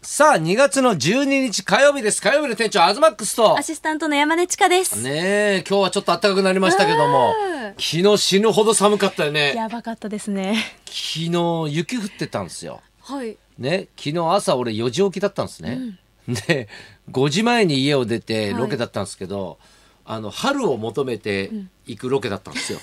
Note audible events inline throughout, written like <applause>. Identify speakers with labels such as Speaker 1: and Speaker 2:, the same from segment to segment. Speaker 1: さあ、2月の12日火曜日です。火曜日の店長、アズマックスと
Speaker 2: ア。シスタントの山根千佳です。
Speaker 1: ねえ、今日はちょっと暖かくなりましたけども
Speaker 2: うん、
Speaker 1: 昨日死ぬほど寒かったよね。
Speaker 2: やばかったですね。
Speaker 1: 昨日雪降ってたんですよ。
Speaker 2: はい。
Speaker 1: ね、昨日朝俺4時起きだったんですね。で、5時前に家を出て
Speaker 2: はい
Speaker 1: ロケだったんですけど、あの、春を求めて行くロケだったん
Speaker 2: <laughs>
Speaker 1: ですよ。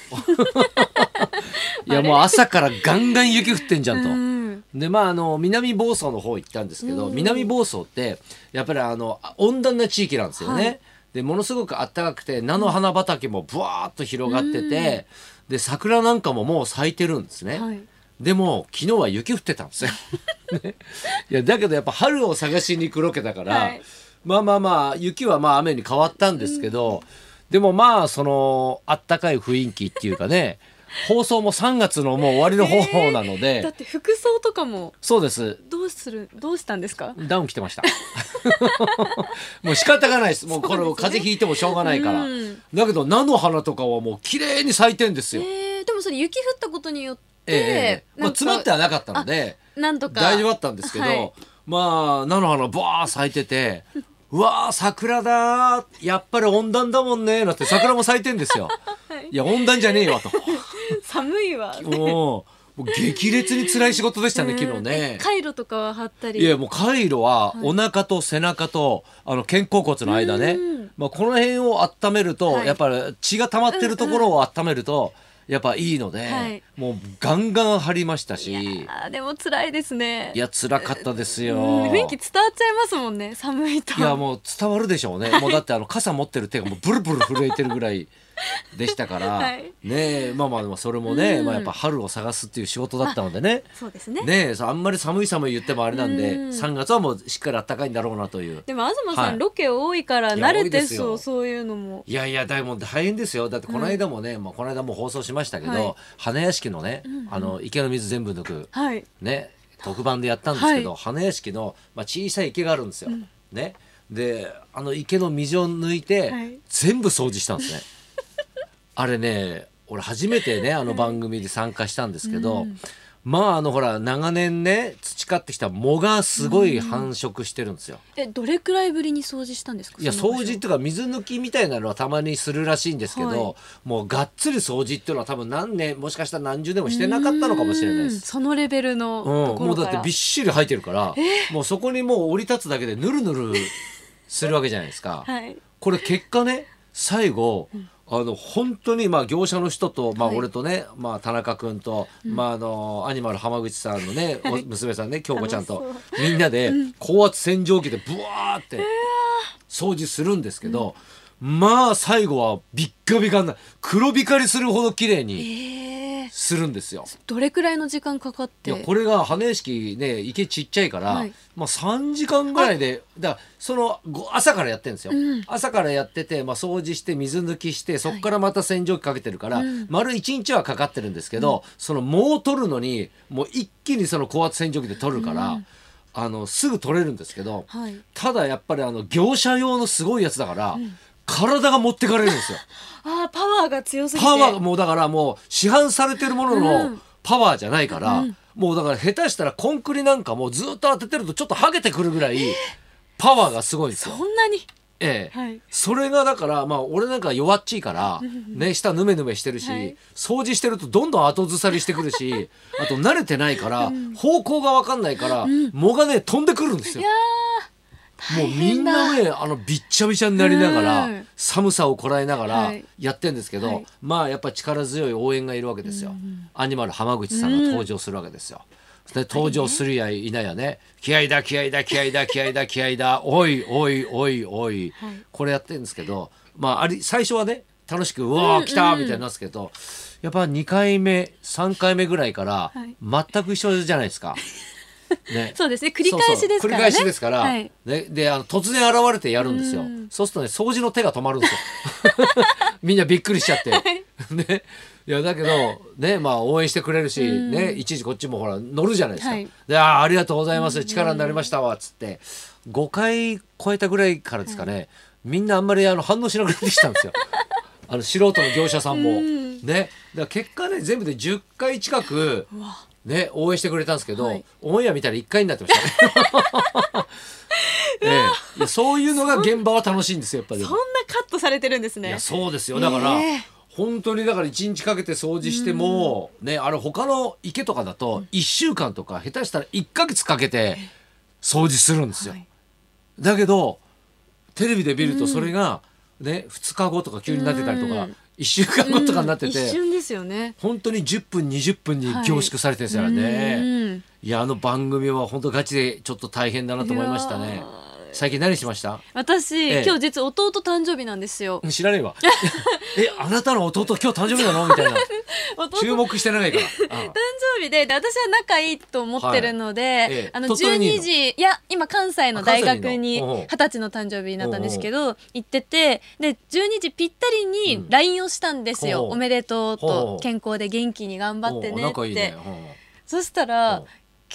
Speaker 1: いや、もう朝からガンガン雪降ってんじゃんと。
Speaker 2: うん。
Speaker 1: でまあ、あの南房総の方行ったんですけど、南房総ってやっぱりあのあ温暖な地域なんですよね。
Speaker 2: はい
Speaker 1: でものすごく暖かくて菜の花畑もぶわーっと広がってて、で桜なんかももう咲いてるんですね。
Speaker 2: はい
Speaker 1: でも昨日は雪降ってたん
Speaker 2: <laughs>
Speaker 1: ですよ。ねいやだけどやっぱ春を探しに行くロケだから、
Speaker 2: はい
Speaker 1: まあまあまあ雪はまあ雨に変わったんですけど、でもまあそのあったかい雰囲気っていうかね放送も3月のもう終わりの方なので。
Speaker 2: だって服装とかも
Speaker 1: そうです。
Speaker 2: どうするどうしたんですか？
Speaker 1: ダウン着てました。 <laughs> もう仕方がないです。もうこれ
Speaker 2: <laughs> そうです
Speaker 1: を
Speaker 2: ね
Speaker 1: 風邪ひいてもしょうがないから。
Speaker 2: うん
Speaker 1: だけど菜の花とかはもう綺麗に咲いてんです
Speaker 2: え
Speaker 1: よ。
Speaker 2: ー、でもそれ雪降ったことによって、
Speaker 1: ええええまあ
Speaker 2: なんか
Speaker 1: 詰まってはなかったので
Speaker 2: なんとか
Speaker 1: 大丈夫だったんですけど、
Speaker 2: はい
Speaker 1: まあ菜の花バー咲いてて。 <laughs> うわー桜だーやっぱり温暖だもんねーなんて桜も咲いてんですよ。
Speaker 2: <laughs> はい
Speaker 1: いや温暖じゃねえわと。
Speaker 2: 寒いわ。
Speaker 1: うんもう激烈に辛い仕事でしたね昨日
Speaker 2: うん
Speaker 1: ね。
Speaker 2: カイロとかは貼ったり。
Speaker 1: いやもうカイロはお腹と背中とあの肩甲骨の間ね
Speaker 2: うん、
Speaker 1: まあ、この辺を温めると、
Speaker 2: はい
Speaker 1: やっぱり血が溜まってるところを温めるとやっぱいいので、
Speaker 2: はい
Speaker 1: もうガンガン張りましたしい
Speaker 2: あーでも辛いですね。
Speaker 1: や辛かったです
Speaker 2: う
Speaker 1: よ。
Speaker 2: ん雰囲気伝わっちゃいますもんね。寒いと。
Speaker 1: いやもう伝わるでしょうね、もうだってあの傘持ってる手がもうブルブル震えてるぐらいでしたから、
Speaker 2: <laughs> はい
Speaker 1: ねえまあまあでもそれもね、
Speaker 2: うん
Speaker 1: まあ、やっぱ春を探すっていう仕事だったのでね。
Speaker 2: そうですね。
Speaker 1: ねえそうあんまり寒い寒い言ってもあれなんで、
Speaker 2: うん
Speaker 1: 3月はもうしっかり暖かいんだろうなという
Speaker 2: でも東さん、
Speaker 1: はい
Speaker 2: ロケ多いから
Speaker 1: いや
Speaker 2: 慣れて
Speaker 1: 多いです
Speaker 2: そ
Speaker 1: よ
Speaker 2: うそういうのも。
Speaker 1: いやいや大門大変ですよだってこの間もね、まあ、この間も放送しましたけど、
Speaker 2: はい
Speaker 1: 花屋敷のね、あの池の水全部抜く
Speaker 2: はい。
Speaker 1: ね特番でやったんですけど、
Speaker 2: は
Speaker 1: 花屋敷の、まあ、小さい池があるんですよ。ねであの池の水を抜いて、
Speaker 2: はい
Speaker 1: 全部掃除したん
Speaker 2: <laughs>
Speaker 1: ですね。あれね俺初めてねあの番組で参加したんですけど、まああのほら長年ね培ってきた藻がすごい繁殖してるんですよ。
Speaker 2: えどれくらいぶりに掃除したんですか
Speaker 1: いや
Speaker 2: その場所
Speaker 1: 掃除っていうか水抜きみたいなのはたまにするらしいんですけど、
Speaker 2: はい
Speaker 1: もうがっつり掃除っていうのは多分何年もしかしたら何十年もしてなかったのかもしれないで
Speaker 2: うん
Speaker 1: す。
Speaker 2: そのレベルの
Speaker 1: うん、
Speaker 2: と
Speaker 1: も
Speaker 2: ころ
Speaker 1: う
Speaker 2: か
Speaker 1: だ
Speaker 2: ら、
Speaker 1: ってびっしり生えてるから、もうそこにもう降り立つだけでぬるぬるするわけじゃないです
Speaker 2: <laughs>
Speaker 1: か。
Speaker 2: はい
Speaker 1: これ結果ね最後、あの本当にまあ業者の人と、まあ、
Speaker 2: はい
Speaker 1: 俺とね、まあ、田中君と、まあ、あのアニマル浜口さんのね、お娘さんね京子ちゃんと
Speaker 2: 楽
Speaker 1: みんなで高圧洗浄機でブワーって掃除するんですけど、まあ最後はビッカビカにな黒光りするほど綺麗に
Speaker 2: えー、
Speaker 1: するんですよ。
Speaker 2: どれくらいの時間かかっ
Speaker 1: い
Speaker 2: て
Speaker 1: やこれが羽根敷ね池ちっちゃいから、
Speaker 2: はい
Speaker 1: まあ、3時間ぐらいでだからそのご朝からやってるんですよ、
Speaker 2: うん
Speaker 1: 朝からやってて、まあ、掃除して水抜きしてそこからまた洗浄機かけてるから、
Speaker 2: うん
Speaker 1: 丸1日はかかってるんですけど、その藻を取るのにもう一気にその高圧洗浄機で取るから、
Speaker 2: うん
Speaker 1: あのすぐ取れるんですけど
Speaker 2: はい
Speaker 1: ただやっぱりあの業者用のすごいやつだから、
Speaker 2: ん
Speaker 1: 体が持ってかれるんですよ。
Speaker 2: あーパワーが強すぎて
Speaker 1: パワーがもうだからもう市販されてるもの
Speaker 2: う
Speaker 1: の
Speaker 2: ん
Speaker 1: パワーじゃないから、
Speaker 2: うん
Speaker 1: もうだから下手したらコンクリなんかもずっと当ててるとちょっとハゲてくるぐらいパワーがすごいんですよ。
Speaker 2: そんなに
Speaker 1: ええ
Speaker 2: はい
Speaker 1: それがだからまあ俺なんか弱っちいから、ね、下ヌメヌメしてるし、
Speaker 2: はい
Speaker 1: 掃除してるとどんどん後ずさりしてくる
Speaker 2: <laughs>
Speaker 1: しあと慣れてないから方向が分かんないから藻がね飛んでくるんです
Speaker 2: い
Speaker 1: よ
Speaker 2: や。ー
Speaker 1: もう
Speaker 2: 大
Speaker 1: みん
Speaker 2: 変だ
Speaker 1: なねあのびっちゃびちゃになりながら、
Speaker 2: うん
Speaker 1: 寒さをこらえながら
Speaker 2: はい
Speaker 1: やってんですけど、
Speaker 2: はい
Speaker 1: まあやっぱ力強い応援がいるわけですよ、アニマル浜口さんが登場するわけですよ、で登場するやいなやね「気合だ気合だ気合だ気合だ気合だおいおいおいおい」
Speaker 2: はい
Speaker 1: これやってるんですけどまああり最初はね楽しく「うわー来た!」みたいになってけどやっぱ2回目3回目ぐらいから
Speaker 2: はい
Speaker 1: 全く一緒じゃないです
Speaker 2: <laughs>
Speaker 1: か。ね
Speaker 2: そうですね繰り返しで
Speaker 1: そう
Speaker 2: すからね
Speaker 1: そう繰り返しですから、
Speaker 2: はい
Speaker 1: ね、であの突然現れてやるんですよ
Speaker 2: うん
Speaker 1: そうするとね掃除の手が止まるんですよ
Speaker 2: <laughs>
Speaker 1: みんなびっくりしちゃって、 <laughs> ねいやだけどねまあ応援してくれるし、ね一時こっちもほら乗るじゃないですか、
Speaker 2: はい
Speaker 1: であーありがとうございます力になりましたわっつって5回超えたぐらいからですかね、みんなあんまりあの反応しなくなってきたん
Speaker 2: <laughs>
Speaker 1: ですよあの素人の業者さんも、
Speaker 2: うん
Speaker 1: ねだから結果ね全部で10回近く
Speaker 2: うわ
Speaker 1: ね、応援してくれたんですけど、
Speaker 2: はい
Speaker 1: オンエア見たら1回になってました、ねえいやそういうのが現場は楽しいんですよやっぱり
Speaker 2: そんなカットされてるんです
Speaker 1: い
Speaker 2: ね
Speaker 1: やそうですよだから、
Speaker 2: ねえ
Speaker 1: 本当にだから1日かけて掃除しても、ねあれ他の池とかだと1週間とか下手したら1ヶ月かけて掃除するんですよ、
Speaker 2: はい
Speaker 1: だけどテレビで見るとそれが、ね2日後とか急になってたりとか、
Speaker 2: うん
Speaker 1: 1週間後とかになってて、
Speaker 2: うん一瞬ですよね
Speaker 1: 本当に10分20分に凝縮されてるんですからね、い、
Speaker 2: うん
Speaker 1: やあの番組は本当ガチでちょっと大変だなと思いました
Speaker 2: い
Speaker 1: ね
Speaker 2: やー
Speaker 1: 最近何してました
Speaker 2: 私、
Speaker 1: ええ
Speaker 2: 今日実は弟誕生日なんですよ
Speaker 1: 知らねえわ <laughs> えあなたの弟今日誕生日なのみた
Speaker 2: <laughs>
Speaker 1: いな
Speaker 2: 弟
Speaker 1: 注目してないから、
Speaker 2: <laughs>
Speaker 1: うん
Speaker 2: 誕生日でで私は仲いいと思ってるので、
Speaker 1: え
Speaker 2: あの
Speaker 1: 鳥取にいる
Speaker 2: 12
Speaker 1: の
Speaker 2: 時いや今関西の大
Speaker 1: あ関
Speaker 2: 学
Speaker 1: 西にい
Speaker 2: に
Speaker 1: るのおう
Speaker 2: 二十歳の誕生日になったんですけど行っててで12時ぴったり
Speaker 1: う
Speaker 2: に
Speaker 1: ん
Speaker 2: LINE をしたんですよ、
Speaker 1: おう
Speaker 2: おめでとう
Speaker 1: お
Speaker 2: と
Speaker 1: う
Speaker 2: 健康で元気に頑張って
Speaker 1: お
Speaker 2: ねっ
Speaker 1: 仲
Speaker 2: て
Speaker 1: いいね、
Speaker 2: そした
Speaker 1: お
Speaker 2: ら
Speaker 1: う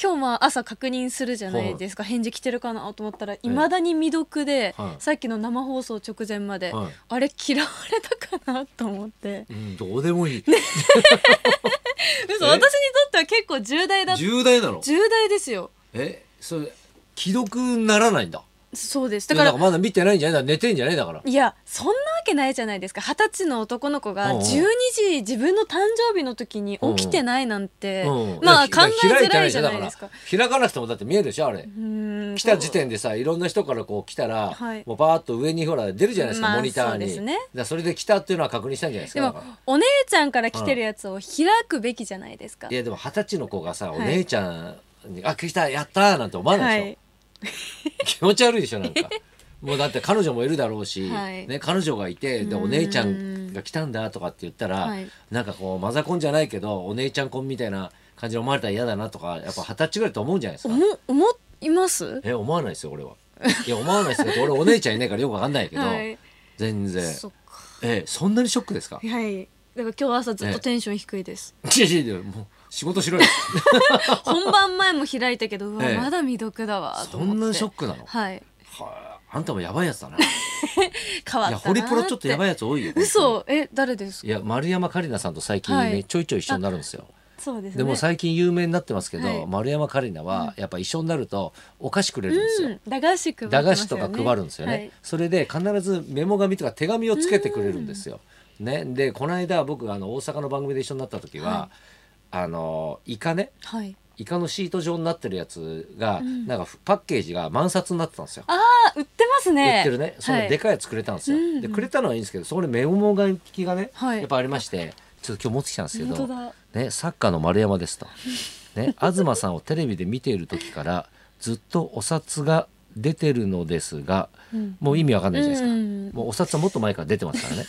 Speaker 2: 今日まあ朝確認するじゃないですか返事来てるかなと思ったらいまだに未読で、
Speaker 1: はい
Speaker 2: さっきの生放送直前まで、
Speaker 1: はい
Speaker 2: あれ嫌われたかなと思って
Speaker 1: うんうんどうでもいい、
Speaker 2: <laughs> 嘘私にとっては結構重大だった
Speaker 1: 重大なの
Speaker 2: 重大ですよ
Speaker 1: えそれ既読にならないんだ
Speaker 2: そうです
Speaker 1: だ
Speaker 2: だ
Speaker 1: か
Speaker 2: からら
Speaker 1: まだ見てないんじゃないだから寝てんじゃないだから
Speaker 2: いやそんなわけないじゃないですか二十歳の男の子が
Speaker 1: うんうん
Speaker 2: 12時自分の誕生日の時に起きてないなんて、
Speaker 1: うん
Speaker 2: まあ
Speaker 1: い
Speaker 2: 考
Speaker 1: や
Speaker 2: えづらいじゃないですか
Speaker 1: 開。てないよだら開かなくてもだって見えるでしょあれ、
Speaker 2: うーん
Speaker 1: 来た時点でさいろんな人からこう来たら、
Speaker 2: はい
Speaker 1: もうバーッと上にほら出るじゃないですか、
Speaker 2: まあ
Speaker 1: モニター
Speaker 2: そう
Speaker 1: に
Speaker 2: ですね
Speaker 1: だからそれで来たっていうのは確認したんじゃないです
Speaker 2: で
Speaker 1: かだ
Speaker 2: も
Speaker 1: から
Speaker 2: お姉ちゃんから来てるやつを開くべきじゃないですか。
Speaker 1: いやでも二十歳の子がさ、
Speaker 2: はい
Speaker 1: お姉ちゃんに「あ来たやった!」なんて思わないでしょ、
Speaker 2: はい
Speaker 1: 気持ち悪いでしょなんか
Speaker 2: <laughs>
Speaker 1: もうだって彼女もいるだろうし、
Speaker 2: はい
Speaker 1: ね、彼女がいてで
Speaker 2: うん
Speaker 1: お姉ちゃんが来たんだとかって言ったら、
Speaker 2: はい
Speaker 1: なんかこうマザコンじゃないけどお姉ちゃん婚みたいな感じで思われたら嫌だなとかやっぱ二十歳ぐらいと思うんじゃないですか
Speaker 2: 思思います？
Speaker 1: え思わないですよ俺はいや思わないですけど俺お姉ちゃんいないからよくわかんないけど、
Speaker 2: はい。
Speaker 1: 全然
Speaker 2: そっか。
Speaker 1: えそんなにショックです
Speaker 2: <laughs>
Speaker 1: か
Speaker 2: はい。だから今日朝ずっ
Speaker 1: え
Speaker 2: と
Speaker 1: え
Speaker 2: テンション低いです。
Speaker 1: いやいやいやもう仕事しろよ
Speaker 2: 本番前も開いたけど、うわ、
Speaker 1: <laughs> ええ
Speaker 2: まだ未読だわ
Speaker 1: そ
Speaker 2: と思って。
Speaker 1: んなショックなの
Speaker 2: はい。
Speaker 1: はああんたもやばいやつだな
Speaker 2: 変わ
Speaker 1: い
Speaker 2: ったなー
Speaker 1: や
Speaker 2: って。
Speaker 1: ホリプロちょっとやばいやつ多いよ
Speaker 2: 嘘え誰です
Speaker 1: い
Speaker 2: か
Speaker 1: や丸山桂里奈さんと最近ね、
Speaker 2: はい
Speaker 1: ちょいちょい一緒になるんですよ
Speaker 2: そうですね
Speaker 1: でも最近有名になってますけど、
Speaker 2: はい
Speaker 1: 丸山桂里奈はやっぱ一緒になるとお菓子くれるんですよ、
Speaker 2: うん、駄菓子配ってますよね
Speaker 1: 駄菓子とか配るんですよね、
Speaker 2: はい
Speaker 1: それで必ずメモ紙とか手紙をつけてくれるんですよ、ね、でこの間僕があの大阪の番組で一緒になった時は、あのイカね
Speaker 2: はい
Speaker 1: イカのシート状になってるやつが、
Speaker 2: ん
Speaker 1: なんかパッケージが万冊になってたんですよ
Speaker 2: あ売ってますね
Speaker 1: 売ってるね、そのでかいやつくれたんですよ、
Speaker 2: うんうん
Speaker 1: でくれたのはいいんですけどそこにメモ書きがね、
Speaker 2: はい
Speaker 1: やっぱありましてちょっと今日持ってきたんですけ
Speaker 2: はい、
Speaker 1: ど
Speaker 2: 本当だ
Speaker 1: ね、サッカーの丸山ですと、
Speaker 2: <laughs>
Speaker 1: ね、東さんをテレビで見ている時からずっとお札が出てるのですが
Speaker 2: うん
Speaker 1: もう意味わかんないじゃないですか、
Speaker 2: うん
Speaker 1: もうお札はもっと前から出てます
Speaker 2: <laughs>
Speaker 1: からね、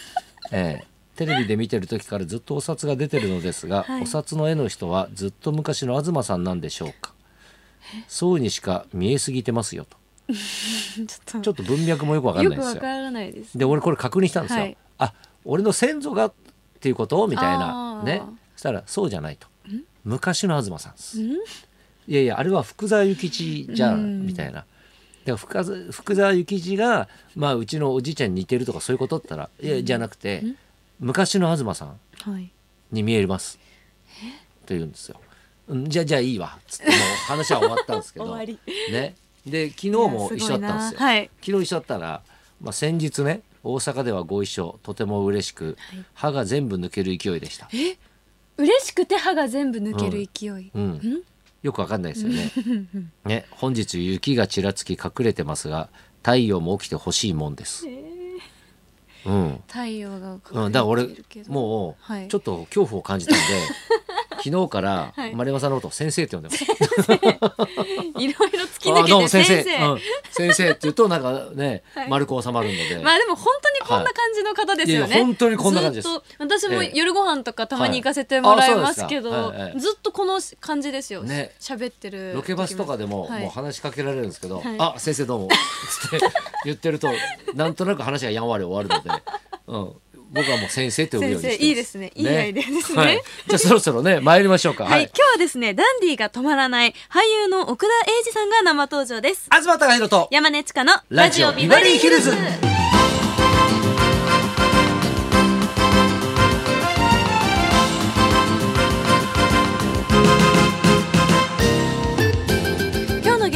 Speaker 1: ええテレビで見てる時からずっとお札が出てるのですが、
Speaker 2: はい
Speaker 1: お札の絵の人はずっと昔の東さんなんでしょうかそうにしか見えすぎてますよと
Speaker 2: ちょっ
Speaker 1: ちょっと文脈もよくわ
Speaker 2: と
Speaker 1: かん
Speaker 2: よ
Speaker 1: ない
Speaker 2: く
Speaker 1: で
Speaker 2: わ
Speaker 1: すよ。
Speaker 2: からないです
Speaker 1: で俺これ確認したんですよ、
Speaker 2: はい
Speaker 1: あ俺の先祖がっていうことみたいな
Speaker 2: あー
Speaker 1: ねそしたらそうじゃないと昔の東さんです
Speaker 2: ん
Speaker 1: いやいやあれは福沢諭吉じゃ
Speaker 2: うんん
Speaker 1: みたいなで福沢福沢諭吉が、まあ、うちのおじいちゃんに似てるとかそういうことって言ったらいやじゃなくて昔の東さん
Speaker 2: はい
Speaker 1: に見えますと言うんですよ。うんじゃあじゃあいいわつってもう話は終わったんですけど
Speaker 2: <laughs> 終わり
Speaker 1: ねで昨日
Speaker 2: 今
Speaker 1: も一緒だったんですよ。
Speaker 2: はい
Speaker 1: 昨日一緒だったら、まあ、先日ね大阪ではご一緒とても嬉しく、
Speaker 2: い
Speaker 1: 歯が全部抜ける勢いでした、
Speaker 2: 嬉しくて歯が全部抜ける勢い、
Speaker 1: うんよくわかんないですよ
Speaker 2: <laughs>
Speaker 1: ねね本日雪がちらつき隠れてますが太陽も起きてほしいもんです、
Speaker 2: えー
Speaker 1: うん
Speaker 2: 太陽が
Speaker 1: うん、だから俺
Speaker 2: 隠れてるけど <laughs>
Speaker 1: も
Speaker 2: は
Speaker 1: う
Speaker 2: い
Speaker 1: ちょっと恐怖を感じ
Speaker 2: <laughs>
Speaker 1: たんで、昨日から
Speaker 2: はい
Speaker 1: 丸山さんのことを先生って呼んでます
Speaker 2: いろいろ突き
Speaker 1: あ
Speaker 2: 抜
Speaker 1: どう
Speaker 2: け
Speaker 1: も
Speaker 2: て
Speaker 1: 先生
Speaker 2: 先生
Speaker 1: うん先生って言うとなんかね、
Speaker 2: はい
Speaker 1: 丸く収まるので、
Speaker 2: まあでも本当にこんな感じの方ですよ
Speaker 1: はいいや
Speaker 2: ね。
Speaker 1: いや本当にこんな感じです
Speaker 2: ずっと私も
Speaker 1: ええ
Speaker 2: 夜ご飯とかたまに行かせてもらいますけど、
Speaker 1: はいあそうですかはいはい
Speaker 2: ずっとこの感じですよ。
Speaker 1: ね
Speaker 2: 喋ってる時も。
Speaker 1: ロケバスとかでも、
Speaker 2: はい
Speaker 1: もう話しかけられるんですけど「
Speaker 2: はい
Speaker 1: あ先生どうも」つって <laughs> 言ってるとなんとなく話がやんわり終わるので、うん、僕はもう先生って呼ぶようにしてます
Speaker 2: 先生いいですねいいアイデアですね
Speaker 1: はい、じゃあそろそろね参りましょうか。
Speaker 2: は
Speaker 1: はい
Speaker 2: い、今日はですね、ダンディが止まらない俳優の奥田瑛二さんが生登場です。
Speaker 1: 東貴博と
Speaker 2: 山根千佳の
Speaker 1: ラジオビバリーヒルズ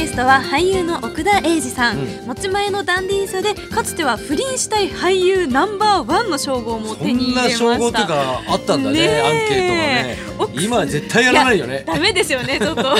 Speaker 2: ストは俳優の奥田瑛二さん、
Speaker 1: う
Speaker 2: 持ち前のダンディーさでかつては不倫したい俳優ナンバーワンの称号も
Speaker 1: そ
Speaker 2: 手に
Speaker 1: ん
Speaker 2: 入れま
Speaker 1: な
Speaker 2: した
Speaker 1: 称号とかあったんだね
Speaker 2: ねえ
Speaker 1: アンケートがね
Speaker 2: 奥
Speaker 1: 今は絶対やらないよね
Speaker 2: ダメですよねちょっと
Speaker 1: <laughs>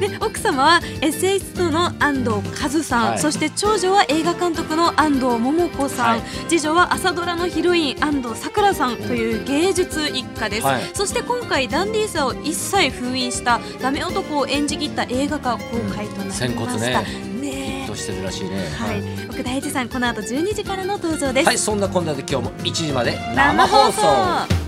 Speaker 2: で奥様はエッセイストの安藤和さん、
Speaker 1: はい
Speaker 2: そして長女は映画監督の安藤桃子さ
Speaker 1: は
Speaker 2: ん、
Speaker 1: い
Speaker 2: 次女は朝ドラのヒロイン安藤サクラさんという芸術一家です、
Speaker 1: はい
Speaker 2: そして今回ダンディーさを一切封印したダメ男を演じ切った映画が公開となりました、
Speaker 1: うん仙骨ね
Speaker 2: ねえ
Speaker 1: としてるらしいね
Speaker 2: はい、奥田瑛二さんこの後12時からの登場です、
Speaker 1: はいそんなこんなで今日も1時まで
Speaker 2: 生放送